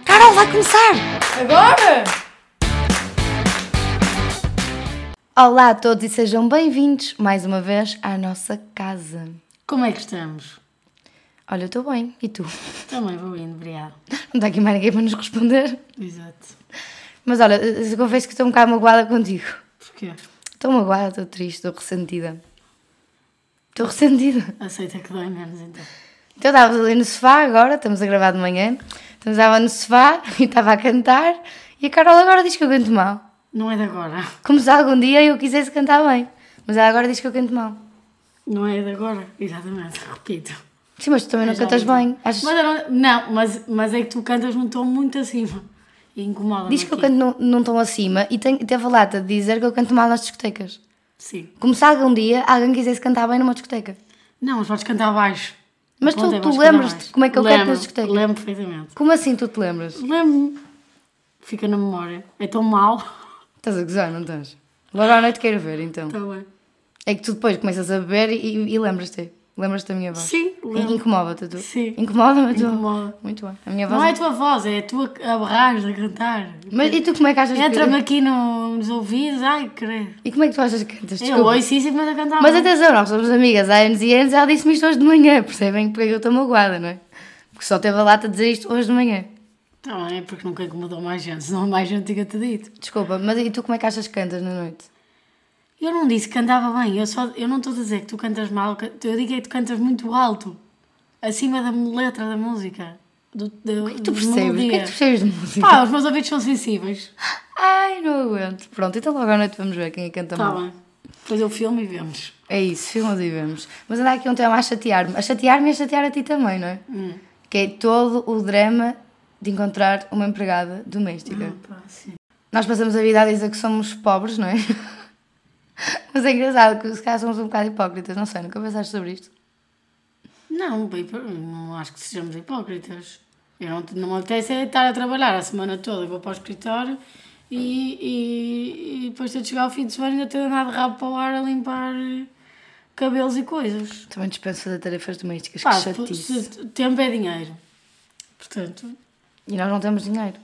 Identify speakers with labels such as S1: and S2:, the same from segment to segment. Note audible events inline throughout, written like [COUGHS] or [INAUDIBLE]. S1: Então vai começar!
S2: Agora?
S1: Olá a todos e sejam bem-vindos mais uma vez à nossa casa.
S2: Como é que estamos?
S1: Olha, eu estou bem. E tu?
S2: Também vou indo, obrigado.
S1: Não está aqui mais ninguém para nos responder.
S2: Exato.
S1: Mas olha, eu confesso que estou um bocado magoada contigo.
S2: Porquê?
S1: Estou magoada, estou triste, estou ressentida. Estou ressentida.
S2: Aceita que dói menos então.
S1: Então estavas ali no sofá agora, estamos a gravar de manhã. Estamos estava no sofá [LAUGHS] e estava a cantar. E a Carol agora diz que eu canto mal.
S2: Não é de agora.
S1: Como se algum dia eu quisesse cantar bem. Mas ela agora diz que eu canto mal.
S2: Não é de agora? Exatamente, repito.
S1: Sim, mas tu também não
S2: Já
S1: cantas
S2: ouvi.
S1: bem. Achas...
S2: Mas eu não, não mas, mas é que tu cantas num tom muito acima. E incomoda
S1: Diz que eu canto num- num tom acima e tenho, teve a lata de dizer que eu canto mal nas discotecas.
S2: Sim.
S1: Como se algum dia alguém quisesse cantar bem numa discoteca.
S2: Não, mas podes cantar baixo.
S1: Mas
S2: O ponto
S1: tu-
S2: é,
S1: tu
S2: podes cantar
S1: lembras-te
S2: baixo.
S1: como é que eu canto nas
S2: Lembro,
S1: discotecas?
S2: Lembro perfeitamente.
S1: Como assim tu te lembras?
S2: Lembro-me. Fica na memória. É tão [LAUGHS] mau.
S1: Estás a gozar, não estás? Logo à noite quero ver, então.
S2: Está Tá bem.
S1: É que tu depois começas a beber e, e lembras-te. Lembras-te da minha voz.
S2: Sim,
S1: E
S2: lembro.
S1: Incomoda-te tu?
S2: Sim.
S1: Incomoda-me a tua
S2: Incomoda.
S1: Muito bem. A minha voz...
S2: Não é a tua voz, é a tua aberragem a cantar.
S1: Mas e tu como é que achas
S2: Entra-me
S1: que...
S2: aqui no- nos ouvidos, ai credo.
S1: E como é que tu achas que cantas?
S2: Eu ouço isso e começo a cantar.
S1: Mas
S2: mal.
S1: atenção, nós somos amigas há anos e anos ela disse-me isto hoje de manhã, percebem? Porque é que eu estou magoada, não é? Porque só teve a lata de dizer isto hoje de manhã.
S2: Tá bem, é porque nunca incomodou mais gente, senão mais gente tinha-te dito.
S1: Desculpa, mas e tu como é que achas que cantas na noite?
S2: Eu não disse que cantava bem, eu, só, eu não estou a dizer que tu cantas mal, que- eu digo é que tu cantas muito alto, acima da letra da música. Do, do, o que
S1: Tu percebes? O que é que tu percebes de música?
S2: Pá, os meus ouvidos são sensíveis.
S1: Ai, não aguento. Pronto, então logo à noite vamos ver quem é que canta
S2: Está
S1: mal.
S2: Tá bem. Depois eu filme e vemos.
S1: É isso, filmas e vemos. Mas anda aqui um tema a chatear-me. A chatear-me e a chatear a ti também, não é?
S2: Hum.
S1: Que é todo o drama de encontrar uma empregada doméstica.
S2: Pá, sim.
S1: Nós passamos a vida a dizer que somos pobres, não é? [LAUGHS] Mas é engraçado que se calhar somos um bocado hipócritas, não sei, nunca pensaste sobre isto.
S2: Não, bem, não acho que sejamos hipócritas. Eu não, não me apetece é estar a trabalhar a semana toda, vou para o escritório e, e, e depois de chegar ao fim de semana ainda tenho andado de rabo para o ar a limpar cabelos e coisas.
S1: Também dispenso fazer tarefas domésticas,
S2: Pá,
S1: que
S2: se,
S1: chatice.
S2: se- tempo é dinheiro. Portanto,
S1: E nós não temos dinheiro.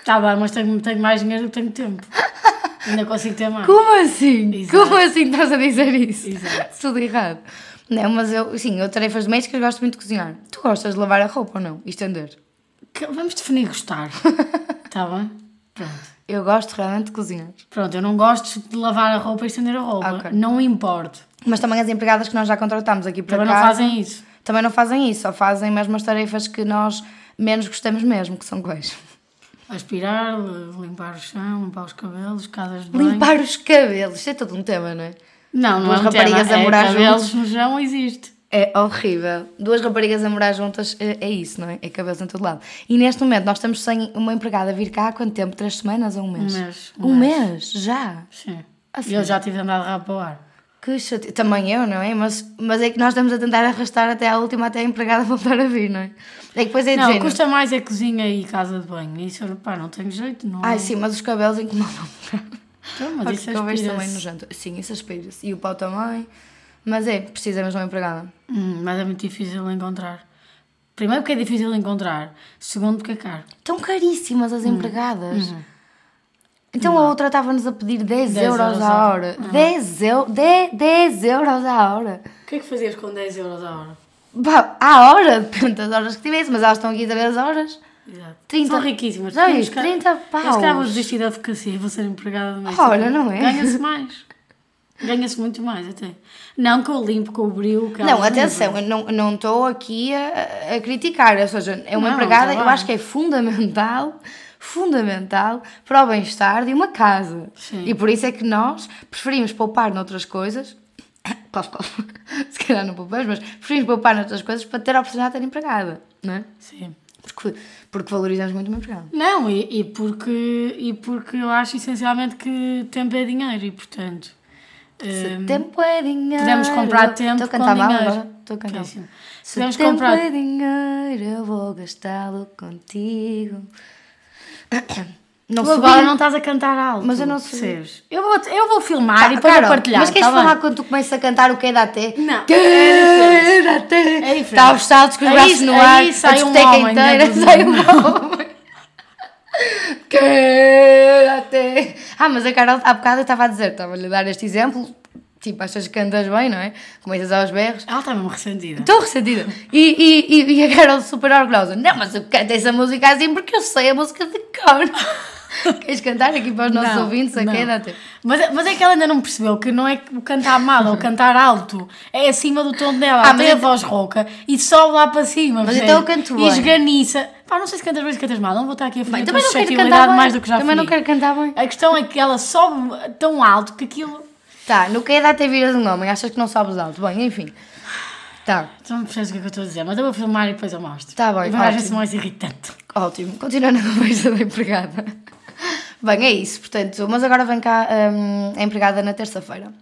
S2: está bem, mas tenho, tenho mais dinheiro do que tenho tempo. Ainda consigo ter mais.
S1: Como assim?
S2: Exato.
S1: Como assim estás a dizer isso? [LAUGHS]
S2: Exato.
S1: Tudo errado. Não, mas eu, sim, eu tarefas domésticas gosto muito de cozinhar. Tu gostas de lavar a roupa ou não? E estender?
S2: Que- Vamos definir gostar. [LAUGHS] Está bem? Pronto.
S1: Eu gosto realmente de cozinhar.
S2: Pronto, eu não gosto de lavar a roupa e estender a roupa.
S1: Ok.
S2: Não importo.
S1: Mas também as empregadas que nós já contratámos aqui para
S2: Também não
S1: cá
S2: fazem isso.
S1: também não fazem isso, só fazem mesmo as tarefas que nós menos gostamos mesmo, que são quais?
S2: Aspirar, limpar o chão, limpar os cabelos, casas de banho.
S1: Limpar os cabelos, isso é todo um tema, não é?
S2: Não, não
S1: Duas
S2: é um tema,
S1: raparigas a
S2: é
S1: morar
S2: cabelos no chão existe.
S1: É horrível. Duas raparigas a morar juntas é, é isso, não é? É cabelos em todo lado. E neste momento nós estamos sem uma empregada a vir cá há quanto tempo? Três semanas ou um mês?
S2: Um mês, um
S1: Um mês? Já?
S2: Sim.
S1: Ah,
S2: E
S1: sim.
S2: eu já tive andado rabo para o ar.
S1: Que chate... Também eu, não é? Mas, mas é que nós estamos a tentar arrastar até à última, até a empregada [LAUGHS] voltar a vir, não é? É que depois é de
S2: Não,
S1: género.
S2: custa mais é cozinha e casa de banho. Isso, pá, não tenho jeito, não.
S1: é? Ai, sim, mas os cabelos incomodam.
S2: Então, mas
S1: Porque
S2: isso
S1: conversa também
S2: aspira-se.
S1: nojento. Sim, isso aspira-se. E o pau também. Mas é, precisamos de uma empregada.
S2: Hum, mas é muito difícil encontrar. Primeiro porque é difícil encontrar. Segundo porque é caro.
S1: Estão caríssimas as empregadas. Então a outra estava-nos a pedir 10,
S2: 10
S1: euros,
S2: euros
S1: a
S2: a
S1: hora. Hum. 10, eu, 10, 10 euros a hora.
S2: O que é que fazias com 10 euros a hora?
S1: Bah, à hora, depende das horas que tivesse, mas elas estão aqui a saber as horas.
S2: Exato.
S1: 30.
S2: São riquíssimas.
S1: Não,
S2: Eu,
S1: isso,
S2: se calhar-
S1: 30
S2: Eu se calhar vou
S1: paus.
S2: desistir da advocacia e vou ser empregada doméstica.
S1: Olha, não é?
S2: Ganha-se mais. Ganha-se muito mais, até. Não que eu limpo com o brilho. que
S1: Não,
S2: elas
S1: atenção,
S2: limpam.
S1: eu não- não estou aqui a, a criticar, ou seja, é uma
S2: Não,
S1: empregada,
S2: tá
S1: eu
S2: bem.
S1: acho que é fundamental, fundamental para o bem-estar de uma casa.
S2: Sim.
S1: E por isso é que nós preferimos poupar noutras coisas, [COUGHS] cof, cof, [LAUGHS] se calhar não poupamos, mas preferimos poupar noutras coisas para ter a oportunidade de ter empregada, não é?
S2: Sim.
S1: Porque, porque valorizamos muito uma empregada.
S2: Não, e, e porque, e porque eu acho essencialmente que tempo é dinheiro e, portanto.
S1: Se
S2: eh,
S1: tempo é dinheiro.
S2: podemos comprar tempo
S1: Estou a cantar
S2: com
S1: mal
S2: dinheiro.
S1: agora? Estou a cantar.
S2: Péssimo.
S1: Se
S2: Podemos
S1: tempo
S2: comprar.
S1: é dinheiro, eu vou gastá-lo contigo. Não
S2: Tu agora não estás a cantar alto.
S1: Mas eu não subi.
S2: percebes? Eu vou, eu vou filmar
S1: Tá,
S2: e depois
S1: Carol,
S2: vou partilhar.
S1: Mas queres
S2: tá bem?
S1: falar quando tu começas a cantar o que é da até?
S2: Não,
S1: Que
S2: é
S1: é da até?
S2: É diferente.
S1: Está aos saltos com os
S2: Aí-
S1: braços no
S2: aí
S1: ar, a
S2: sai um
S1: discoteca [LAUGHS]
S2: homem
S1: inteira,
S2: dentro do
S1: sai um homem. Que até. Ah, mas a Carol, há bocado eu estava a dizer, estava-lhe a dar este exemplo. Tipo, achas que cantas bem, não é? Começas aos berros.
S2: Ela está mesmo ressentida.
S1: Estou ressentida. E, e, e, e a Carol super orgulhosa. Não, mas eu canto essa música assim porque eu sei a música de
S2: [LAUGHS]
S1: cor. Queres cantar aqui para os nossos
S2: Não,
S1: ouvintes? Aqui,
S2: não.
S1: Dante?
S2: Mas, mas é que ela ainda não percebeu que não é que o cantar mal ou cantar alto, é acima do tom dela.
S1: Ah,
S2: Ela
S1: mas
S2: tem a
S1: então-
S2: voz rouca e sobe lá para cima.
S1: Mas
S2: percebes?
S1: então eu canto
S2: E
S1: bem.
S2: esganiça. Pá, não sei se cantas bem ou se cantas mal, não vou estar aqui a
S1: Bem,
S2: fazer
S1: também não quero cantar
S2: suscetibilidade
S1: bem.
S2: mais do que já
S1: também não
S2: fui.
S1: quero cantar bem.
S2: A questão é que ela sobe tão alto que aquilo.
S1: Tá, no que é data viras um homem, achas que não sabes alto. Bem, enfim. Tá,
S2: Tu não percebes o que é que eu estou a dizer, mas eu vou filmar e depois eu mostro.
S1: Tá bem,
S2: E vai às vezes
S1: ótimo.
S2: mais irritante.
S1: ótimo. Continuando a conversa da empregada. Bem, é isso, portanto. Mas agora vem cá hum, a empregada na terça-feira.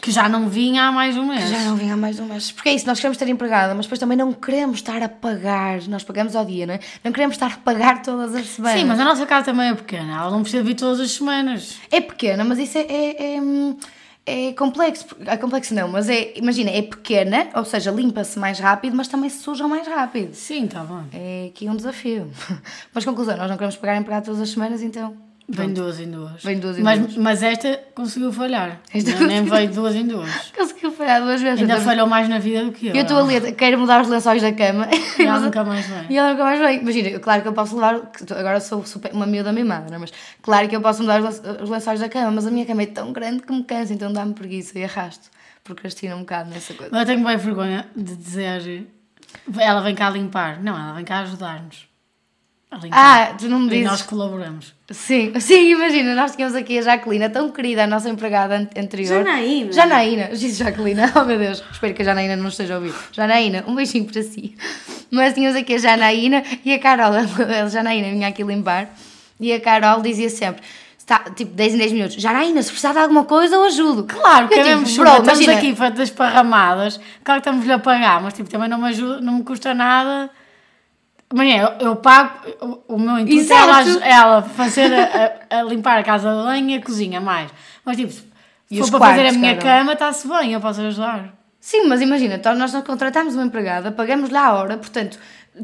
S2: Que já não vinha há mais um mês.
S1: Já não vinha há mais de um mês. Porque é isso, nós queremos ter empregada, mas depois também não queremos estar a pagar. Nós pagamos ao dia, não é? Não queremos estar a pagar todas as semanas.
S2: Sim, mas a nossa casa também é pequena, ela não precisa vir todas as semanas.
S1: É pequena, mas isso é, é, é, hum, é complexo. porque- É complexo não, mas é, imagina, é pequena, ou seja, limpa-se mais rápido, mas também se suja mais rápido.
S2: Sim, está bom.
S1: É aqui um desafio. [LAUGHS] Mas conclusão, nós não queremos pagar empregado todas as semanas, então.
S2: Vem duas em duas.
S1: Vem duas em
S2: mas,
S1: duas.
S2: Mas esta conseguiu falhar.
S1: Esta
S2: Não- nem veio duas em duas.
S1: Conseguiu falhar duas vezes. então.
S2: Ainda
S1: eu tô-
S2: falhou mais na vida do que eu.
S1: eu estou a ler, quero mudar os lençóis da cama. [LAUGHS]
S2: E ela nunca mais vem.
S1: E ela nunca mais vem. Imagina, eu- claro que eu posso levar. que tô- Agora sou super- uma miúda mimada, não é? mas claro que eu posso mudar os lenço- os lençóis da cama, mas a minha cama é tão grande que me cansa, então dá-me preguiça e arrasto. Procrastino um bocado nessa coisa.
S2: Mas eu tenho bem vergonha de dizer. Ela vem cá limpar. Não, ela vem cá ajudar-nos. A limpar.
S1: Ah, tu não me
S2: e nós
S1: dizes.
S2: colaboramos.
S1: Sim, [LAUGHS] sim, imagina, nós tínhamos aqui a Jaquelina, tão querida, a nossa empregada an- anterior.
S2: Janaína.
S1: Janaína, [LAUGHS] eu disse Jaquelina, oh meu Deus, espero que a Janaína não esteja a ouvir. Janaína, um beijinho para si. [LAUGHS] Mas tínhamos aqui a Janaína e a Carol, [LAUGHS] a Janaína vinha aqui limpar e a Carol dizia sempre. Tá, tipo, 10 em 10 minutos. Janaína, se precisar de alguma coisa, eu ajudo.
S2: Claro,
S1: Eu,
S2: queremos
S1: tipo,
S2: chuva.
S1: bro,
S2: Estamos
S1: imagina,
S2: aqui é?" para desparramadas. Claro que estamos-lhe a pagar, mas tipo, também não me, ajuda, não me custa nada. Amanhã eu, eu pago. o- O meu intuito é ela,
S1: Exato.
S2: aj- ela fazer a, a- a limpar a casa de lenha e a cozinha mais. Mas tipo, se
S1: E os
S2: for para fazer a
S1: quartos,
S2: minha
S1: Carol?
S2: cama, está-se bem, eu posso ajudar.
S1: Sim, mas imagina, então nós não contratámos uma empregada, pagamos-lhe à hora, portanto,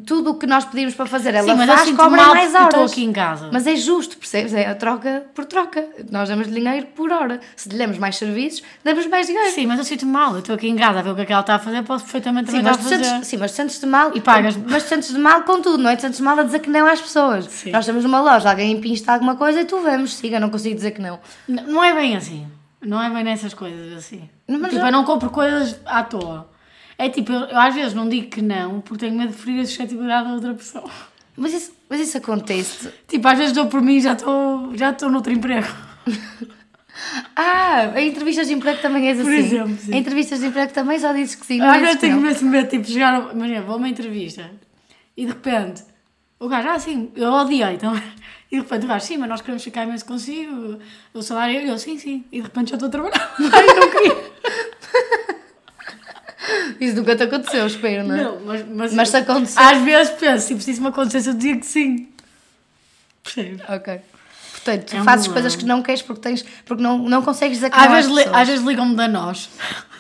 S1: tudo o que nós pedimos para fazer, ela
S2: Sim, mas eu
S1: faz,
S2: sinto
S1: cobra
S2: mal
S1: mais
S2: porque eu
S1: horas.
S2: estou aqui em casa.
S1: Mas é justo, percebes? É a troca por troca. Nós damos dinheiro por hora. Se lhe damos mais serviços, damos mais dinheiro.
S2: Sim, mas eu sinto mal, eu estou aqui em casa a ver o que é que ela está a fazer, posso perfeitamente
S1: Sim,
S2: também
S1: mas,
S2: estar
S1: tu
S2: a fazer.
S1: sentes, sim, mas tu sentes de mal
S2: E pagas.
S1: Mas tu sentes de mal com tudo, não é? Tu sentes de mal a dizer que não às pessoas.
S2: Sim.
S1: Nós temos numa loja, alguém empinsta alguma coisa e tu vamos, siga, não consigo dizer que não.
S2: N- Não é bem assim. Não é bem nessas coisas assim.
S1: Não, mas
S2: tipo,
S1: eu-
S2: eu não compro coisas à toa. É tipo, eu, eu às vezes não digo que não porque tenho medo de ferir a suscetibilidade da outra pessoa. [LAUGHS]
S1: Mas isso, mas isso acontece.
S2: Tipo, às vezes dou por mim e já estou já estou noutro emprego.
S1: Ah, em entrevistas de emprego também és assim.
S2: exemplo, sim.
S1: Em entrevistas de emprego também só dizes que sim, não
S2: Às
S1: dizes
S2: vezes
S1: que
S2: tenho
S1: não.
S2: mesmo medo, tipo, chegar. a- Imagina, vou a uma entrevista e de repente o gajo, ah, sim, eu odiei, então. [LAUGHS] E de repente o gajo, sim, mas nós queremos ficar imenso consigo, o salário, é eu, sim, sim. E de repente já estou a trabalhar. [LAUGHS] Ai, não queria.
S1: Isso nunca te aconteceu, espero, não é?
S2: Não, mas, mas,
S1: Mas se acontecer.
S2: Às vezes penso, tipo, se isso me acontecesse, eu dizia que sim. Percebes?
S1: Ok. Portanto, tu
S2: É um
S1: fazes
S2: balão.
S1: coisas que não queres porque tens porque não, não consegues dizer que
S2: Às
S1: não às
S2: vezes, li-
S1: pessoas.
S2: às vezes ligam-me da nós.
S1: [LAUGHS]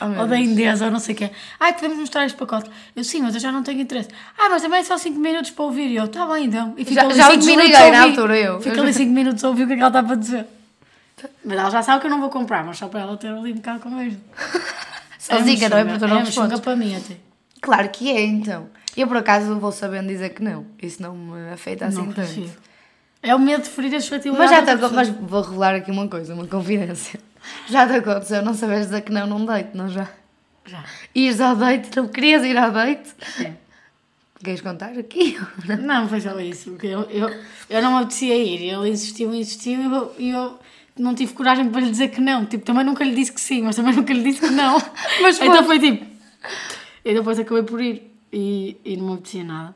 S1: Oh, meu
S2: ou da
S1: Deus.
S2: Indesa, ou não sei o quê. Ai, podemos mostrar este pacote. Eu, sim, mas eu já não tenho interesse. Ah, mas também é só 5 minutos para ouvir. E eu, tá bem então. E
S1: Já-
S2: ali
S1: já
S2: cinco
S1: os
S2: minutos
S1: desliguei
S2: a
S1: na
S2: ouvir.
S1: altura, eu. Tá.
S2: Fica
S1: Eu
S2: ali
S1: já-
S2: 5 minutos a ouvir o que é que ela está para dizer. Mas ela já sabe que eu não vou comprar, mas só para ela ter ali um bocado com mesmo.
S1: Sozinha, não é? Porque tu não
S2: é
S1: respondes.
S2: mexunga para mim até.
S1: Claro que é, então. Eu, por acaso, vou sabendo dizer que não. Isso não me afeta assim
S2: não
S1: tanto.
S2: consigo. É o medo de ferir a expectativa.
S1: Mas já te acon- mas vou revelar aqui uma coisa, uma confidência. [LAUGHS] Já te aconteceu não sabes dizer que não num date, não já?
S2: Já.
S1: Ires ao date, não querias ir ao date?
S2: Sim.
S1: Queres contar aqui?
S2: Não, foi só isso. Porque eu, eu, eu não me apetecia ir. Ele insistiu, insistiu e eu, e eu não tive coragem para lhe dizer que não. Tipo, também nunca lhe disse que sim, mas também nunca lhe disse que não.
S1: [LAUGHS] Mas
S2: então foi tipo. E depois acabei por ir e, e não me apetecia nada.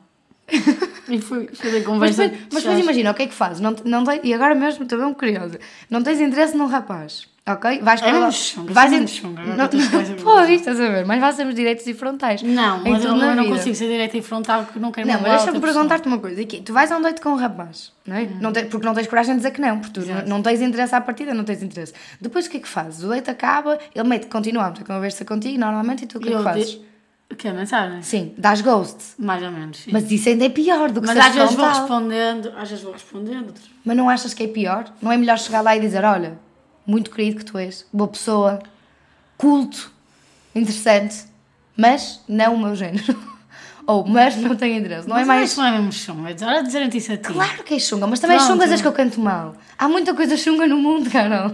S2: E fui fazer
S1: Mas,
S2: conversa.
S1: depois- mas depois imagina, o que é que fazes? Não, não tens- e agora mesmo, estou bem curiosa. Não tens interesse num rapaz, ok? Vais
S2: É
S1: lá-
S2: um chunga,
S1: vais
S2: isso é
S1: en-
S2: um chunga, agora
S1: Não-
S2: que eu
S1: [LAUGHS]
S2: estou a pensar
S1: Pois, estás a ver, mas vais sermos direitos e frontais.
S2: Não,
S1: em
S2: mas eu,
S1: tudo Então, na
S2: eu não
S1: vida.
S2: consigo ser direita e frontal porque não quero
S1: Não,
S2: magoar
S1: mas deixa-me
S2: outra pessoa.
S1: perguntar-te uma coisa. Aqui, tu vais a um date com um rapaz, não é?
S2: Uhum.
S1: Não te- porque não tens coragem de dizer que não, porque tu não, não tens interesse à partida, não tens interesse. Depois o que é que fazes? O date acaba, ele mete, continua a ter conversa contigo normalmente e tu o que é
S2: Eu
S1: que
S2: de-
S1: fazes?
S2: O que é mensagem?
S1: Sim, das ghost.
S2: Mais ou menos, sim.
S1: Mas isso ainda é pior do que
S2: Mas
S1: ser
S2: às vezes vou
S1: frontal.
S2: respondendo, às vezes vou respondendo. outras-
S1: Mas não achas que é pior? Não é melhor chegar lá e dizer: Olha, muito querido que tu és, boa pessoa, culto, interessante, mas não o meu género. [LAUGHS] Ou, mas não tenho endereço. Não é
S2: Mas
S1: mais.
S2: isso não é mesmo chum, é hora de dizerem-te isso a ti.
S1: Claro que é chunga, mas também
S2: Pronto.
S1: chungas as que eu canto mal. Há muita coisa chunga no mundo, Carol.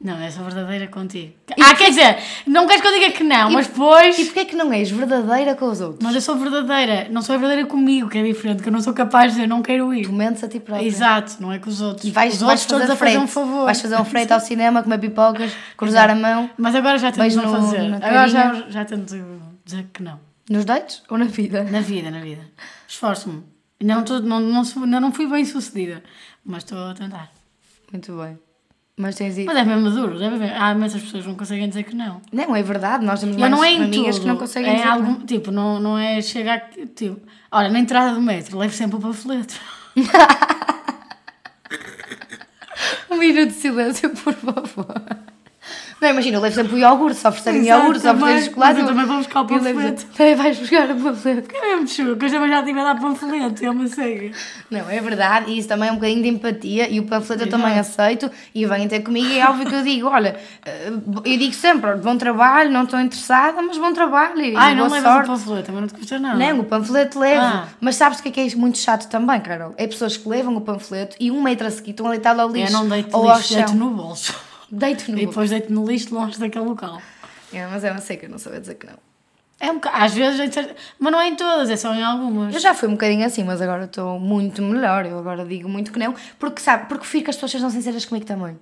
S2: Não, é só verdadeira contigo. Ah, quer dizer, não queres que eu diga que não, mas depois.
S1: E porquê é que não és verdadeira com os outros?
S2: Mas eu sou verdadeira, não sou verdadeira comigo, que é diferente, que eu não sou capaz de dizer, não quero ir.
S1: Tu mentes a ti própria.
S2: Exato, não é com os outros.
S1: E vais,
S2: os
S1: vais
S2: outros
S1: fazer,
S2: todos a fazer um
S1: frete.
S2: favor.
S1: Vais fazer um frete ao cinema, comer pipocas, cruzar a mão.
S2: Mas agora já tento
S1: Beijo
S2: não
S1: no-
S2: fazer.
S1: na
S2: Agora já,
S1: carinha.
S2: já tento dizer que não.
S1: Nos deites ou na vida?
S2: Na vida, na vida. Esforço-me. Ainda não, tô- não, não, sou- ainda não fui bem sucedida, mas estou a tentar.
S1: Muito bem. Mas tens aí.
S2: Mas é mesmo duro, deve haver. Há imensas pessoas que não conseguem dizer que não.
S1: Não, é verdade, nós temos
S2: Mas
S1: mais
S2: não é em
S1: amigas
S2: tudo.
S1: que não conseguem
S2: é
S1: dizer
S2: algum, Tipo, não, não é chegar. Tipo, olha, na entrada do metro, levo sempre o panfleto. [LAUGHS]
S1: Um minuto de silêncio, por favor. Não, imagina, eu levo sempre o iogurte, só oferecerem
S2: Exato,
S1: iogurte, só
S2: também.
S1: oferecerem chocolate.
S2: Mas eu também vou buscar o
S1: eu levo
S2: panfleto.
S1: sempre- [LAUGHS] Também vais buscar o panfleto.
S2: Que é mesmo chuva, que eu também já estive a dar panfleto, é uma cega.
S1: Não, é verdade, e isso também é um bocadinho de empatia, e o panfleto eu também aceito, e vêm ter comigo, e é óbvio que eu digo, olha, eh, eu digo sempre, olha, bom trabalho, não estou interessada, mas bom trabalho, e
S2: Ai, não
S1: boa
S2: levas
S1: sorte. um
S2: o panfleto, também não te custa nada.
S1: Não, o panfleto levo.
S2: Ah.
S1: Mas sabes o que é que é muito chato também, Carol? É pessoas que levam o panfleto e um metro a seguir estão a deitar ao lixo.
S2: Eu É, não deito
S1: ou
S2: lixo,
S1: ao
S2: deito
S1: chão.
S2: no bolso.
S1: Deito no
S2: E
S1: bolso.
S2: depois deito no lixo longe daquele local.
S1: É, mas é uma seca, não sabia dizer que não.
S2: É um bocado, às vezes, em certas- mas não é em todas, é só em algumas.
S1: Eu já fui um bocadinho assim, mas agora estou muito melhor. Eu agora digo muito que não, porque sabe, porque prefiro que as pessoas sejam sinceras comigo também.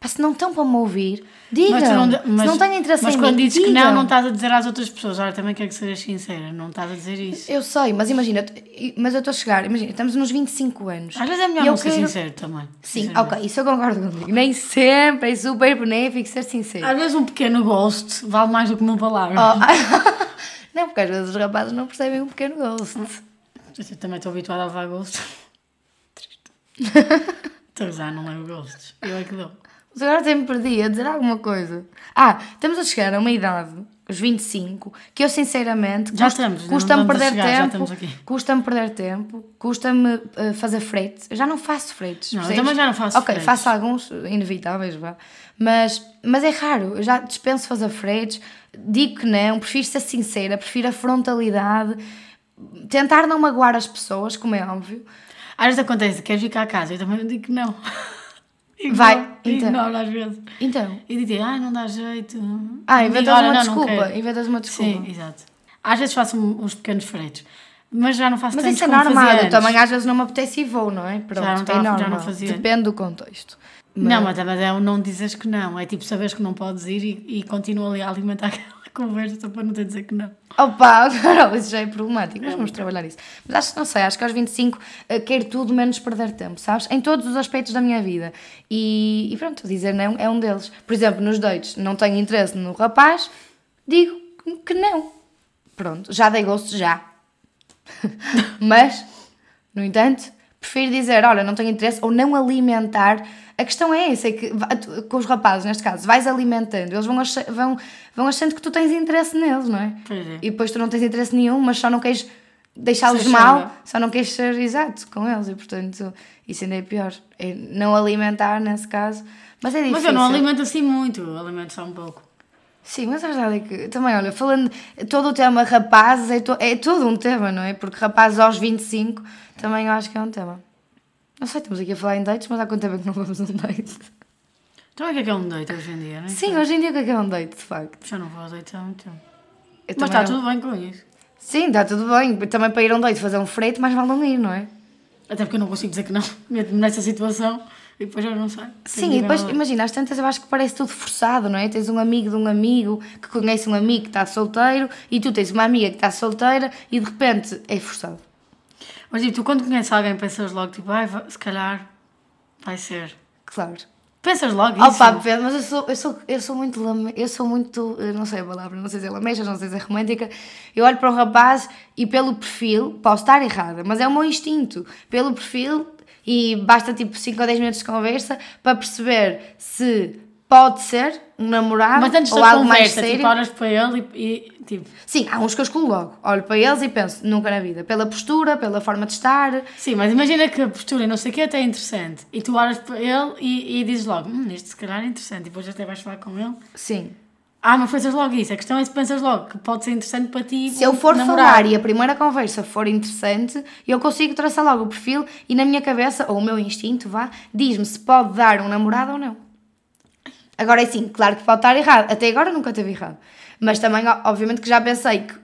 S1: Pá, se não estão para me ouvir, digam.
S2: tu
S1: se não têm interesse
S2: mas
S1: em
S2: quando
S1: mim,
S2: dizes que não,
S1: digam.
S2: não tá- estás a dizer às outras pessoas, olha, também quero que sejas sincera, não estás a dizer isso.
S1: Eu sei, mas imagina, t- mas eu estou a chegar, imagina, estamos nos 25 anos.
S2: Às vezes é melhor
S1: E eu
S2: não ser
S1: quero-
S2: sincero também.
S1: Sim,
S2: sinceramente.
S1: ok, isso eu concordo contigo. Nem sempre é super benéfico ser sincero.
S2: Às vezes um pequeno ghost vale mais do que mil palavras.
S1: Oh, [LAUGHS] ah, não, porque às vezes os rapazes não percebem um pequeno ghost.
S2: Eu também estou habituada a
S1: [LAUGHS]
S2: levar ghosts. Triste. Estou a usar, Então não levo ghosts. Eu é que dou.
S1: Mas agora até me perdi a dizer alguma coisa. Ah, estamos a chegar a uma idade, os 25, que eu sinceramente
S2: Já
S1: custa-
S2: estamos, não
S1: custa-me
S2: vamos
S1: perder
S2: chegar, já estamos aqui.
S1: tempo. Custa-me perder tempo, custa-me eh, fazer fretes. Eu já não faço fretes.
S2: Não, eu
S1: percebes?
S2: também já não faço
S1: Ok,
S2: fretes.
S1: faço alguns inevitáveis, vá. Mas, mas é raro, eu já dispenso fazer fretes, digo que não, prefiro ser sincera, prefiro a frontalidade, tentar não magoar as pessoas, como é óbvio.
S2: Às vezes acontece, queres vir cá a casa? Eu também digo que não. [LAUGHS] Ignoro-
S1: Vai, então.
S2: Ignoro às vezes.
S1: Então.
S2: E digo, ai, não dá jeito.
S1: Ah,
S2: Digo,
S1: inventas
S2: "Olha,
S1: uma
S2: não, não
S1: desculpa.
S2: quero."
S1: inventas uma desculpa.
S2: Sim, exato. Às vezes faço um- uns pequenos freitos. Mas já não faço
S1: Mas
S2: tantos
S1: isso é
S2: como
S1: normal,
S2: fazia
S1: eu
S2: antes.
S1: também às vezes não me apetece e vou, não é? Pronto,
S2: não
S1: é
S2: tava- já não
S1: normal.
S2: fazia.
S1: Depende do contexto.
S2: Não, mas também é o não dizeres que não. É tipo, saberes que não podes ir e, e continua ali a alimentar [LAUGHS] aquela conversa só para não ter de dizer que não.
S1: Opa, [LAUGHS] Carol, isso já é problemático, mas vamos trabalhar isso. Mas acho que não sei, acho que aos 25 eh, quero tudo menos perder tempo, sabes? Em todos os aspectos da minha vida. E, e pronto, dizer não é um deles. Por exemplo, nos dates, não tenho interesse no rapaz, digo que não. Pronto, já dei gosto já. [LAUGHS] mas, no entanto, prefiro dizer, olha, não tenho interesse, ou não alimentar. A questão é essa, é que va- tu- com os rapazes, neste caso, vais alimentando, eles vão, acha- vão, vão achando que tu tens interesse neles, não é?
S2: Pois é.
S1: E depois tu não tens interesse nenhum, mas só não queres deixá-los
S2: Ser
S1: mal,
S2: chunga.
S1: só não queres ser exato com eles, e portanto, isso ainda é pior. É não alimentar, nesse caso. Mas é difícil.
S2: Mas eu não alimento assim muito, eu alimento só um pouco.
S1: Sim, mas a verdade é que também, olha, falando todo o tema rapazes, é, to- é todo um tema, não é? Porque rapazes aos 25 também eu acho que é um tema. Não sei, estamos aqui a falar em dates, mas há quanto tempo é que não vamos a um date?
S2: Então é que é que é um date hoje em dia, não é?
S1: Sim, hoje em dia o que é que é um date, de facto?
S2: Já não vou ao date há muito tempo.
S1: Eu
S2: Mas
S1: também
S2: está
S1: não-
S2: tudo bem com isso.
S1: Sim, está tudo bem. Também para ir a um date fazer um frete, mais vale não ir, não é?
S2: Até porque eu não consigo dizer que não. [LAUGHS] Meto-me nessa situação e depois eu não sei.
S1: Sim, e depois, imagina, às tantas eu acho que parece tudo forçado, não é? Tens um amigo de um amigo que conhece um amigo que está solteiro e tu tens uma amiga que está solteira e de repente é forçado.
S2: Mas tipo, tu quando conheces alguém pensas logo, tipo, ai, va- se calhar vai ser.
S1: Claro.
S2: Pensas logo isso.
S1: Opa, Pedro, mas eu sou, eu sou, eu sou muito, lame- eu sou muito, eu não sei a palavra, não sei se é lameja, não sei se é romântica. Eu olho para um rapaz e pelo perfil, posso estar errada, mas é o meu instinto. Pelo perfil e basta tipo 5 ou 10 minutos de conversa para perceber se Pode ser um namorado
S2: Mas antes
S1: ou
S2: da
S1: algo mais
S2: conversa,
S1: sério.
S2: tipo, olhas para ele e, e, tipo.
S1: Sim, há uns que eu escolho logo. Olho para eles e penso, nunca na vida. Pela postura, pela forma de estar.
S2: Sim, mas imagina que a postura e não sei o que até é interessante. E tu olhas para ele e, e dizes logo: Hum, este se calhar é interessante. E depois até vais falar com ele.
S1: Sim.
S2: Ah, mas pensas logo isso. A questão é se pensas logo que pode ser interessante para ti.
S1: Se eu for
S2: namorar.
S1: falar e a primeira conversa for interessante, eu consigo traçar logo o perfil e na minha cabeça, ou o meu instinto, vá, diz-me se pode dar um namorado ou não. Agora é sim, claro que pode estar errado. Até agora nunca teve errado. Mas também, ó, obviamente, que já pensei que.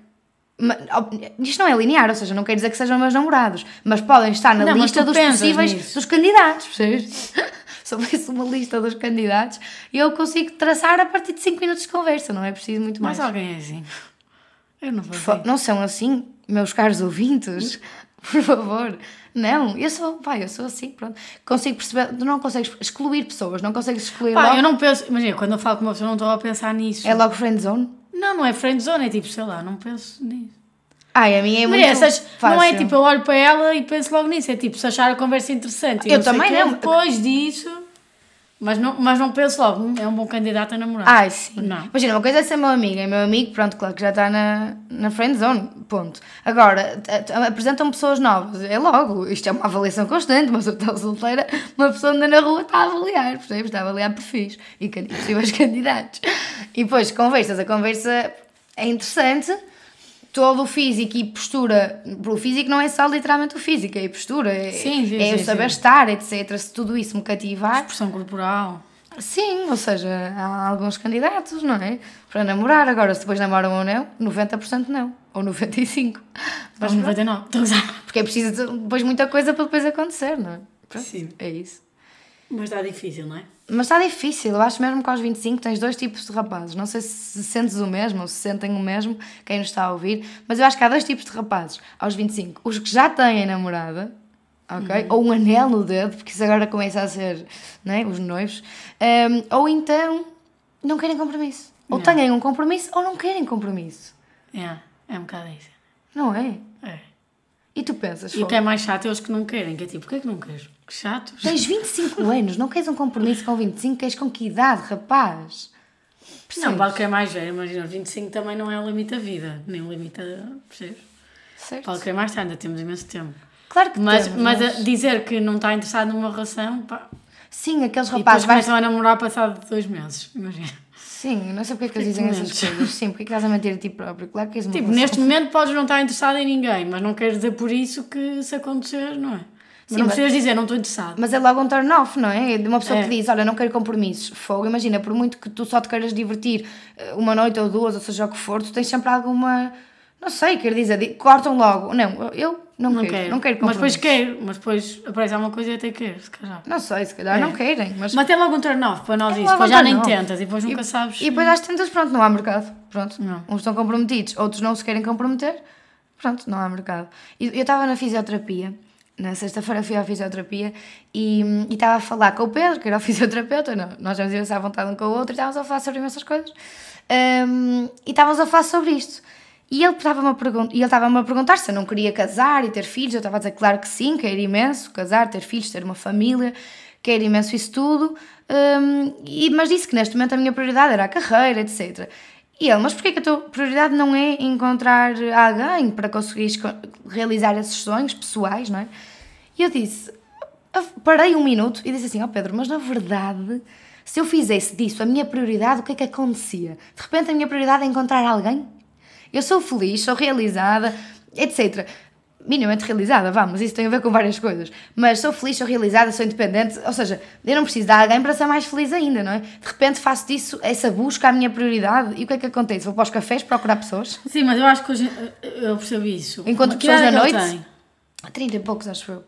S1: ma- ó, Isto não é linear, ou seja, não quer dizer que sejam meus namorados, mas podem estar na
S2: Não, mas
S1: lista
S2: tu
S1: dos
S2: pensas
S1: possíveis
S2: nisso.
S1: dos candidatos, percebes? [LAUGHS] Se houvesse uma lista dos candidatos, eu consigo traçar a partir de 5 minutos de conversa, não é preciso muito mais.
S2: Mas alguém é assim. Eu não vou.
S1: Por fa- Não são assim, meus caros ouvintes, [LAUGHS] por favor. Não, eu sou, pá, eu sou assim, pronto. Consigo perceber, tu não consegues excluir pessoas, não consegues excluir
S2: Pá,
S1: logo.
S2: eu não penso. Imagina, quando eu falo com uma pessoa, não estou a pensar nisso.
S1: É logo friend zone?
S2: Não, não é friend zone, é tipo, sei lá, não penso nisso.
S1: Ai, a minha é
S2: Mas
S1: muito
S2: essas-
S1: fácil.
S2: não é tipo, eu olho para ela e penso logo nisso, é tipo, se achar a conversa interessante. e
S1: Eu
S2: sei
S1: também
S2: quê,
S1: não.
S2: Depois disso, mas não, mas não penso logo, "Hum, é um bom candidato a namorar.
S1: Ai, sim.
S2: Não.
S1: Imagina, uma coisa é ser meu amigo, é meu amigo, pronto, claro que já está na, na friend zone, ponto. Agora, t- t- apresentam pessoas novas, é logo, isto é uma avaliação constante, uma pessoa está solteira, uma pessoa anda na rua está a avaliar, percebes? Está a avaliar perfis e can- possíveis [LAUGHS] candidatos. E depois, conversas, a conversa é interessante, todo o físico e postura, o físico não é só literalmente o físico, é a postura, é,
S2: Sim, sim,
S1: é eu
S2: sim,
S1: saber estar, etc. Se tudo isso me cativar,
S2: Expressão corporal.
S1: Sim, ou seja, há alguns candidatos, não é? Para namorar, agora se depois namoram ou não, 90% não, ou 95%. Mas
S2: Mas 99. Estou a usar.
S1: porque é preciso de- depois muita coisa para depois acontecer, não é? Pronto,
S2: Sim.
S1: É isso.
S2: Mas está difícil, não é?
S1: Mas está difícil, eu acho mesmo que aos 25 tens dois tipos de rapazes. Não sei se sentes o mesmo ou se sentem o mesmo, quem nos está a ouvir, mas eu acho que há dois tipos de rapazes aos 25. Os que já têm namorada,
S2: Uhum.
S1: ok? Ou um anel no dedo, porque isso agora começa a ser, não é? Os noivos. Ahm, ou então não querem compromisso. Ou
S2: Não.
S1: têm um compromisso ou não querem compromisso,
S2: É, é um bocado isso.
S1: não é?
S2: É.
S1: E tu pensas,
S2: E o
S1: "Fogo,
S2: que é mais chato é os que não querem, que é tipo, o que é que não queres? Que chato.
S1: tens 25 anos, não queres um compromisso com 25, queres com que idade, rapaz?
S2: Não,
S1: Percebes?
S2: vale que é mais velho, imagina, os 25 também não é o limite da vida, nem o limite, a- percebes?
S1: Certo?
S2: Vale que é mais tarde, ainda temos imenso tempo.
S1: Claro que
S2: Mas,
S1: temos,
S2: mas eh, a- dizer que não está interessado numa relação, pá,
S1: Sim, aqueles
S2: e depois
S1: rapazes vais...
S2: começam a namorar passado dois meses, imagina.
S1: Sim, não sei porque é que eles dizem
S2: Porque tu
S1: essas coisas. Sim, porque é que estás a mentir a ti próprio? Claro que és uma
S2: Tipo,
S1: relação.
S2: neste momento podes não estar interessado em ninguém, mas não quer dizer por isso que se acontecer, não é?
S1: Sim,
S2: Mas não
S1: mas-
S2: precisas dizer, não estou interessado.
S1: Mas é logo um turn off, não é? De uma pessoa
S2: É.
S1: que diz, olha, não quero compromissos. Fogo, imagina, por muito que tu só te queiras divertir eh, uma noite ou duas, ou seja o que for, tu tens sempre alguma... Não sei, quer dizer, di- cortam logo. Não, eu- eu não,
S2: Não
S1: quero,
S2: quero.
S1: não quero
S2: mas
S1: compromissos.
S2: depois quero, mas depois aparece alguma coisa e até quero, se calhar.
S1: Não sei, se calhar
S2: É.
S1: não querem, mas...
S2: Mas tem logo um turn off para nós
S1: Tem
S2: isso,
S1: logo
S2: depois
S1: um
S2: já
S1: turn
S2: nem
S1: off.
S2: tentas e depois nunca sabes.
S1: E depois às tantas, pronto, não há mercado. Pronto.
S2: Não.
S1: Uns estão comprometidos, outros não se querem comprometer. Pronto, não há mercado. E Eu estava na fisioterapia, na sexta-feira fui à fisioterapia e e estava a falar com o Pedro, que era o [LAUGHS] fisioterapeuta, não, nós temos imensa vontade um com o outro, e estávamos a falar sobre imensas coisas. Hum, e estávamos a falar sobre isto. E ele estava-me a, pergun- e ele estava-me a perguntar se eu não queria casar e ter filhos. Eu estava a dizer, claro que sim, quero imenso casar, ter filhos, ter uma família, quero imenso isso tudo. Hum, e, mas disse que neste momento a minha prioridade era a carreira, etc. E ele, mas porquê que a tua prioridade não é encontrar alguém para conseguires co- realizar esses sonhos pessoais, não é? E eu disse, parei um minuto e disse assim: Ó Pedro, mas na verdade, se eu fizesse disso a minha prioridade, o que é que acontecia? De repente a minha prioridade é encontrar alguém? Eu sou feliz, sou realizada, etc. Minimamente realizada, vamos, isso tem a ver com várias coisas. Mas sou feliz, sou realizada, sou independente, ou seja, eu não preciso de alguém para ser mais feliz ainda, não é? De repente faço disso, essa busca, a minha prioridade, e o que é que acontece? Vou para os cafés procurar pessoas?
S2: Sim, mas eu acho que hoje eh, eu percebo isso.
S1: Encontro
S2: Que
S1: pessoas
S2: idade
S1: na
S2: é que ele
S1: noite?
S2: tem?
S1: 30 e poucos, acho eu.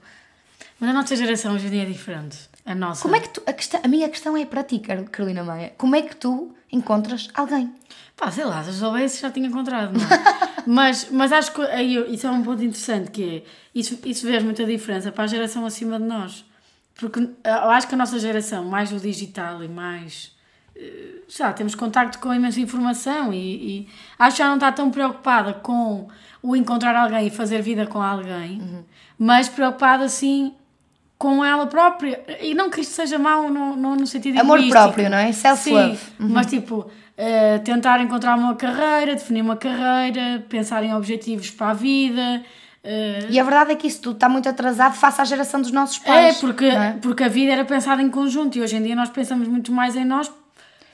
S2: Mas a nossa geração hoje em dia é diferente. A nossa.
S1: Como é que tu. A, questão- a minha questão é para ti, Car- Carolina Maia. Como é que tu encontras alguém?
S2: Pá, sei lá, se eu soubesse já tinha encontrado, não
S1: [LAUGHS]
S2: é? mas, mas acho que aí eu- isso é um ponto interessante, que é, isso, isso vês muita diferença para a geração acima de nós. Porque eh, eu acho que a nossa geração, mais o digital e mais... eh, Sei lá, temos contacto com imensa informação e, e acho que já não está tão preocupada
S1: Uhum.
S2: com o encontrar alguém e fazer vida com alguém, mas preocupada, assim, com ela própria. E não que isto seja mau no, no, no sentido
S1: Amor
S2: egoístico.
S1: próprio, não é? Self-love.
S2: Sim, mas tipo, eh, tentar encontrar uma carreira, definir uma carreira, pensar em objetivos para a vida. eh,
S1: E a verdade é que isso tudo está muito atrasado face à geração dos nossos
S2: é,
S1: pais.
S2: porque,
S1: não é?
S2: porque a vida era pensada em conjunto e hoje em dia nós pensamos muito mais em nós.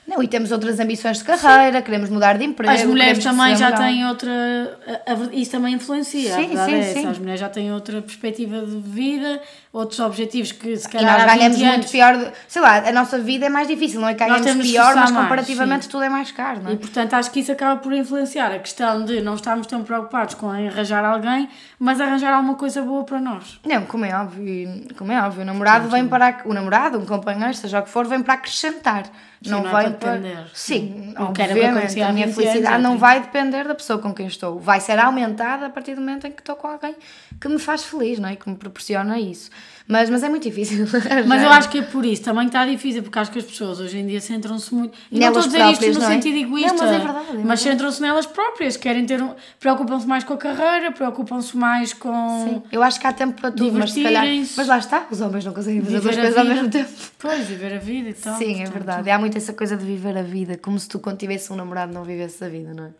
S1: Não, e temos outras ambições de carreira, queremos mudar de emprego.
S2: As mulheres
S1: queremos
S2: também já
S1: crescer moral.
S2: têm outra. a- a ver- isso também influencia.
S1: Sim,
S2: a verdade
S1: sim,
S2: é essa.
S1: sim.
S2: As mulheres já têm outra perspectiva de vida, outros objetivos que se
S1: E
S2: calhar.
S1: nós
S2: há
S1: ganhamos
S2: 20
S1: muito
S2: anos,
S1: pior. de- Sei lá, a nossa vida é mais difícil, não é? que Ganhamos
S2: temos de
S1: pior,
S2: esforçar
S1: mas
S2: mais,
S1: comparativamente tudo é mais caro, não é?
S2: E portanto acho que isso acaba por influenciar a questão de não estarmos tão preocupados com arranjar alguém, mas arranjar alguma coisa boa para nós.
S1: Não, como é óbvio, e- como é óbvio, o namorado vem para o namorado, um companheiro, seja o que for, vem para acrescentar. não
S2: não é
S1: vem
S2: para
S1: para.
S2: depender.
S1: Sim,
S2: Não quero
S1: obviamente,
S2: acontecer
S1: a
S2: há
S1: minha
S2: 20 anos,
S1: felicidade
S2: ou
S1: não
S2: 30.
S1: vai depender da pessoa com quem estou. Vai ser aumentada a partir do momento em que estou com alguém que me faz feliz, não é? Que me proporciona isso. Mas, mas é muito difícil. [LAUGHS]
S2: Mas eu acho que é por isso também que está difícil, porque acho que as pessoas hoje em dia centram-se muito. E não
S1: Nelas
S2: estou a dizer
S1: próprias,
S2: isto no
S1: não é?
S2: sentido egoísta,
S1: Não, mas é verdade, é
S2: mas centram-se nelas próprias, querem ter um. preocupam-se mais com a carreira, preocupam-se mais com.
S1: Sim, eu acho que há tempo para tudo, mas se calhar.
S2: Divertirem-se.
S1: Mas lá está, os homens não conseguem fazer
S2: Viver
S1: duas
S2: a
S1: coisas ao
S2: vida.
S1: mesmo tempo.
S2: Pois, viver a vida e tal.
S1: Sim, é
S2: Então, portanto.
S1: verdade. Há muito essa coisa de viver a vida, como se tu, quando tivesse um namorado, não vivesse a vida, não é?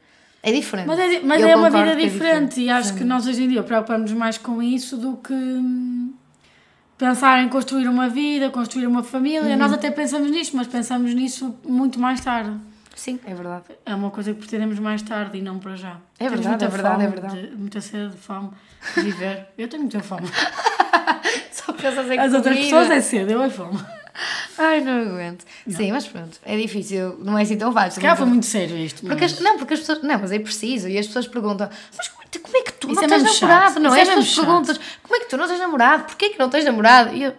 S1: É diferente.
S2: Mas é, di- mas
S1: Eu
S2: é uma
S1: concordo
S2: vida
S1: que é
S2: diferente, e acho que nós hoje em dia preocupamos mais com isso do que hum, pensar em construir uma vida, construir uma família.
S1: Uhum.
S2: Nós até pensamos nisso, mas pensamos nisso muito mais tarde.
S1: Sim, é verdade. [LAUGHS]
S2: É uma coisa que pretendemos mais tarde e não para já.
S1: É
S2: Temos
S1: verdade,
S2: muita
S1: é verdade, é
S2: fome
S1: verdade.
S2: de- muita sede, fome de viver. Eu tenho
S1: [LAUGHS]
S2: muita fome.
S1: Só pensas em
S2: As outras
S1: comida.
S2: pessoas é sede, eu é fome.
S1: Ai, não aguento. Sim, mas pronto, é difícil, não é assim tão fácil.
S2: Cá foi muito sério isto. é?
S1: Porque
S2: mas-
S1: as- não, porque as pessoas. Não, mas é preciso. E as pessoas perguntam: Mas como é que, como é que tu
S2: Isso
S1: não
S2: é
S1: tens
S2: mesmo chato.
S1: namorado? Não
S2: Isso
S1: é?
S2: é
S1: As pessoas
S2: mesmo chato.
S1: perguntam: Como é que tu não tens namorado? Porquê que não tens namorado? E eu.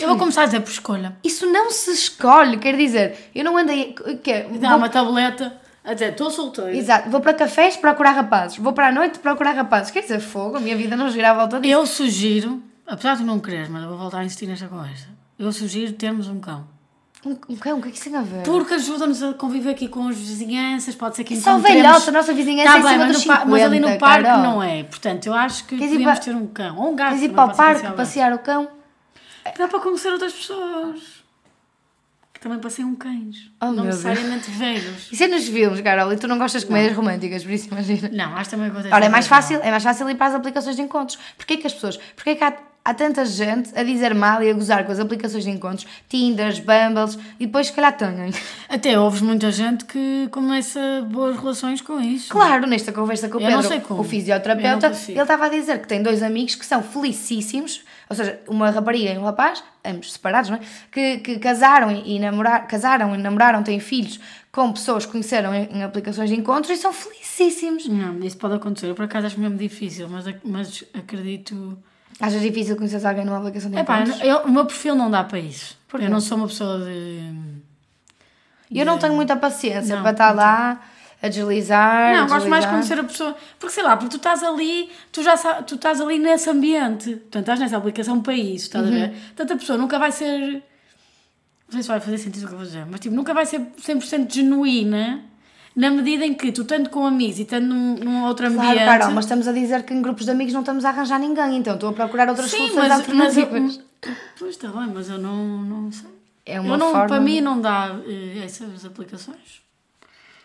S2: Eu vou começar a dizer por escolha.
S1: Isso não se escolhe, quer dizer, eu não andei. Que é,
S2: Dá uma tableta a dizer, estou solteira.
S1: Exato, vou para cafés procurar rapazes, vou para a noite procurar rapazes. Quer dizer, fogo, a minha vida não gira à volta disso.
S2: Eu sugiro, apesar de não querer, mas eu vou voltar a insistir nesta conversa. Eu sugiro termos um cão.
S1: Um, um cão, o que é que isso tem a ver?
S2: Porque ajuda-nos a conviver aqui com as vizinhanças, pode ser que
S1: Só
S2: encontremos...
S1: velhota, a nossa vizinhança
S2: Então, Tá
S1: é em
S2: bem,
S1: cima
S2: mas,
S1: dos
S2: no pa- mas ali no
S1: 50,
S2: parque
S1: Carol.
S2: não é. Portanto, eu acho que
S1: Queres ir
S2: podemos
S1: pa-
S2: ter um cão. Ou um gato.
S1: Mas ir
S2: também
S1: para o
S2: pode
S1: parque,
S2: ser
S1: passear o cão?
S2: alguém. Dá para conhecer outras pessoas. Que também passeiam cães.
S1: Oh, meu
S2: não
S1: Deus.
S2: necessariamente velhos.
S1: Isso é nos filmes, Carol, e tu não gostas de comédias românticas, por isso imagina.
S2: Não, acho também acontece.
S1: Ora, é mais
S2: em geral.
S1: fácil, é mais fácil ir para as aplicações de encontros. Porquê que as pessoas, porquê que há, há tanta gente a dizer mal e a gozar com as aplicações de encontros, Tinders, Bumbles, e depois se calhar têm.
S2: Até ouves muita gente que começa boas relações com isso.
S1: Claro, nesta conversa com o
S2: é? Eu não
S1: Pedro,
S2: sei como.
S1: o
S2: Eu
S1: fisioterapeuta,
S2: não consigo.
S1: ele estava a dizer que tem dois amigos que são felicíssimos, ou seja, uma rapariga e um rapaz, ambos separados, não é? Que, que casaram e, e namorar, casaram e namoraram, têm filhos com pessoas que conheceram em, em aplicações de encontros e são felicíssimos.
S2: Não, isso pode acontecer. Eu por acaso acho mesmo difícil, mas, ac- mas acredito.
S1: Achas difícil conhecer alguém numa aplicação de
S2: É pá,
S1: encontros?
S2: eu- o meu perfil não dá para isso. eu não sou uma pessoa de.
S1: Eu não tenho muita paciência
S2: Não,
S1: para estar lá a deslizar.
S2: Não, gosto mais de
S1: deslizar.
S2: conhecer a pessoa. Porque sei lá, porque tu estás ali, tu já sa- tu estás ali nesse ambiente. Portanto, estás nessa aplicação para isso, estás
S1: Uhum.
S2: a ver? Portanto, a pessoa nunca vai ser. Não sei se vai fazer sentido o que eu vou dizer, mas tipo, nunca vai ser 100% genuína na medida em que tu, tanto com amigos e tanto num, num outro
S1: Claro,
S2: ambiente.
S1: Carol, mas estamos a dizer que em grupos de amigos não estamos a arranjar ninguém, então estou a procurar outras soluções alternativas.
S2: eu, pois está bem, mas eu não, não sei.
S1: É
S2: Eu
S1: uma
S2: não,
S1: forma.
S2: Para mim não dá eh, essas aplicações.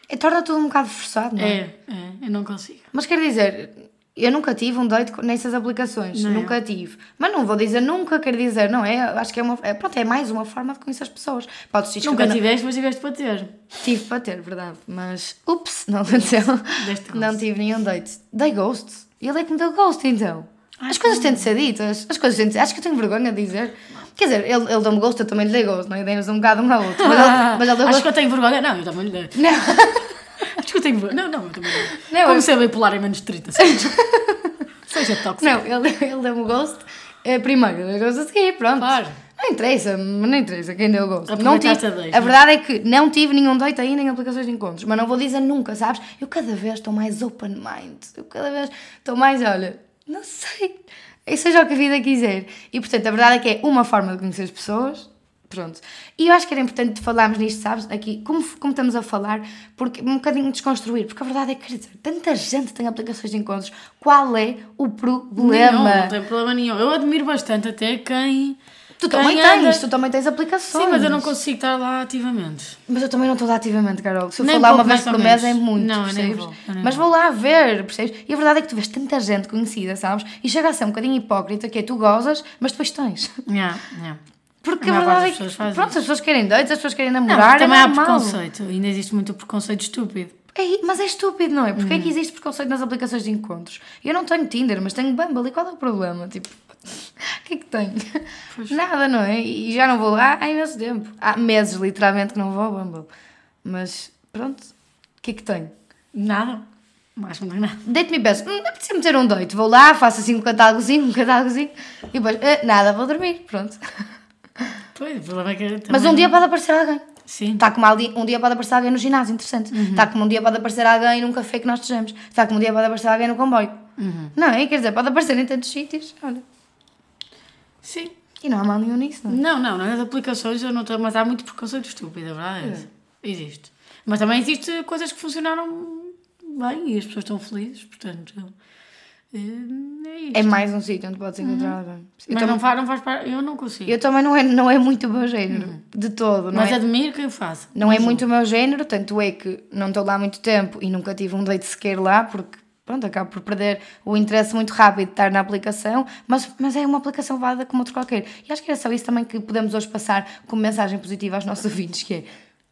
S1: É, torna tudo um bocado forçado, não é?
S2: É, é, eu não consigo.
S1: Mas quer dizer, eu nunca tive um date com- nessas aplicações.
S2: Não. é?
S1: Nunca tive. Mas não vou dizer nunca, quer dizer, não é? Acho que é uma. é- pronto, é mais uma forma de conhecer as pessoas. Podes te
S2: Nunca
S1: inscrever na-
S2: tiveste, mas tiveste para ter.
S1: Tive para ter, verdade. Mas, ups, [LAUGHS] não aconteceu.
S2: Deste ghost.
S1: Não tive nenhum date. Dei ghost. Ele é que me deu ghost, então.
S2: Ai,
S1: as coisas têm de ser ditas. As coisas têm de ser. Acho que eu tenho vergonha de dizer. Quer dizer, ele, ele deu-me ghost, eu também lhe dei ghost, não é? Demos um bocado um ao outro. [LAUGHS]
S2: [LAUGHS]
S1: Mas ele, mas ele deu
S2: Ah, Acho
S1: ghost.
S2: que eu tenho vergonha. Não, eu também lhe dei.
S1: Não.
S2: Acho que eu tenho vergonha. Não, não, eu também lhe dei.
S1: Não, [LAUGHS]
S2: Como
S1: eu-
S2: ser bipolar em menos de 30
S1: [LAUGHS]
S2: segundos. Seja tóxico.
S1: Não, ele, [LAUGHS] ele deu-me o gosto eh, primeiro, deu gosto a seguir, pronto.
S2: Claro.
S1: Não interessa, não interessa quem deu o gosto. Não tive,
S2: Aproveitaste a deixa.
S1: a verdade é que não tive nenhum date ainda em aplicações de encontros, mas não vou dizer nunca, sabes? Eu cada vez estou mais open mind, eu cada vez estou mais, olha, não sei, e seja o que a vida quiser. E portanto, a verdade é que é uma forma de conhecer as pessoas, pronto. E eu acho que era importante falarmos nisto, sabes? Aqui, como, como estamos a falar, porque um bocadinho desconstruir, porque a verdade é que, quer dizer, tanta gente tem aplicações de encontros, qual é o problema?
S2: Nenhum, não tem problema nenhum. Eu admiro bastante até quem
S1: Tu também
S2: Quem
S1: tens,
S2: anda-
S1: tu também tens aplicações.
S2: Sim, mas eu não consigo estar lá ativamente.
S1: Mas eu também não estou lá ativamente, Carol. Se eu
S2: Nem
S1: for lá
S2: pouco,
S1: uma vez
S2: mais
S1: por
S2: ou
S1: mês é
S2: menos.
S1: muito,
S2: Não, eu nem
S1: percebes?
S2: vou, eu nem
S1: Mas vou lá ver, percebes? E a verdade é que tu vês tanta gente conhecida, sabes? E chega a ser um bocadinho hipócrita, que é tu gozas, mas depois tens. [LAUGHS]
S2: Yeah, yeah.
S1: Porque
S2: A
S1: a, verdade
S2: maior parte das
S1: é que,
S2: pessoas faz
S1: pronto,
S2: isso.
S1: as pessoas querem doidos, as pessoas querem
S2: Não,
S1: namorar,
S2: mas também
S1: é
S2: há
S1: normal.
S2: preconceito. Ainda existe muito preconceito estúpido.
S1: É, mas é estúpido, não é? Porque
S2: Uhum.
S1: é que existe preconceito nas aplicações de encontros? Eu não tenho Tinder, mas tenho Bumble e qual é o problema? [LAUGHS] Tipo, o que é que tenho? Nada, não é? E já não vou lá há imenso tempo. Há meses, literalmente, que não vou ao Bumble. Mas, pronto, o que é que tenho?
S2: Nada. Mas não tem nada.
S1: Deito-me e penso, hum, apetece meter um doito, vou lá, faço assim um catálogozinho, um catálogozinho, e depois, "Ah, nada, vou dormir, pronto.
S2: Pois, o problema é que também...
S1: Mas um dia pode aparecer alguém.
S2: Sim.
S1: Está como ali- um dia pode aparecer alguém no ginásio, interessante.
S2: Uhum.
S1: Está como um dia pode aparecer alguém num café que nós estejamos. Está como um dia pode aparecer alguém no comboio.
S2: Uhum.
S1: Não é? Quer dizer, pode aparecer em tantos sítios. Olha.
S2: Sim.
S1: E não há mal nenhum nisso, não é?
S2: Não, não, nas aplicações eu não tenho, mas há muito preconceito estúpido, a verdade é essa. Existe. Mas também existe coisas que funcionaram bem e as pessoas estão felizes, portanto. eh, É isso.
S1: É mais um sítio onde podes encontrar alguém. Eu,
S2: Uhum. mas
S1: tam-
S2: não, faz, não faz parte. Eu não consigo.
S1: Então eu também não é, não é muito o meu género, de todo. Não
S2: Uhum. mas
S1: é,
S2: admiro que eu faça.
S1: não é muito o meu género, tanto é que não estou lá há muito tempo e nunca tive um date sequer lá, porque pronto, acabo por perder o interesse muito rápido de estar na aplicação, mas, mas é uma aplicação válida como outra qualquer. E acho que era só isso também que podemos hoje passar como mensagem positiva aos nossos [LAUGHS] ouvintes, que é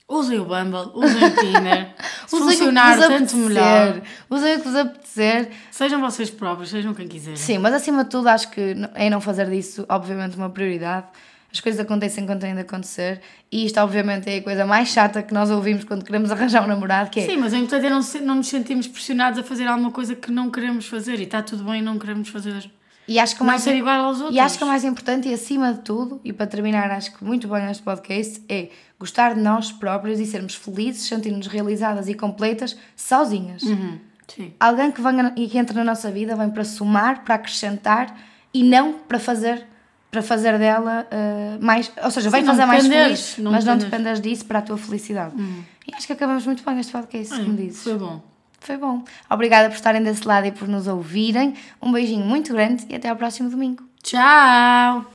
S2: Usem o Bumble, usem o Tinder. Se
S1: [LAUGHS] usem o que vos
S2: funcionar tanto
S1: apetecer,
S2: melhor.
S1: Usem o que vos apetecer.
S2: Sejam vocês próprios, sejam quem quiserem.
S1: Sim, mas acima de tudo acho que n- é não fazer disso, obviamente, uma prioridade. As coisas acontecem quando têm de acontecer e isto, obviamente, é a coisa mais chata que nós ouvimos quando queremos arranjar um namorado, que é...
S2: Sim, mas o importante é não, se- não nos sentirmos pressionados a fazer alguma coisa que não queremos fazer e está tudo bem não queremos fazer.
S1: E acho que o
S2: Não
S1: mais
S2: ser igual aos outros.
S1: E acho que o mais importante, e acima de tudo, e para terminar, acho que muito bem neste podcast, é gostar de nós próprios e sermos felizes, sentir-nos realizadas e completas sozinhas.
S2: Uhum, Sim.
S1: Alguém que venha e que entre na nossa vida vem para somar, para acrescentar e não para fazer para fazer dela ah, mais, ou seja, vem
S2: Sim, não
S1: fazer mais
S2: dependeres,
S1: feliz,
S2: não
S1: mas não
S2: dependeres.
S1: dependas disso para a tua felicidade. E acho que acabamos muito bem este podcast, como dizes.
S2: Foi bom.
S1: Foi bom. Obrigada por estarem desse lado e por nos ouvirem. Um beijinho muito grande e até ao próximo domingo.
S2: Tchau!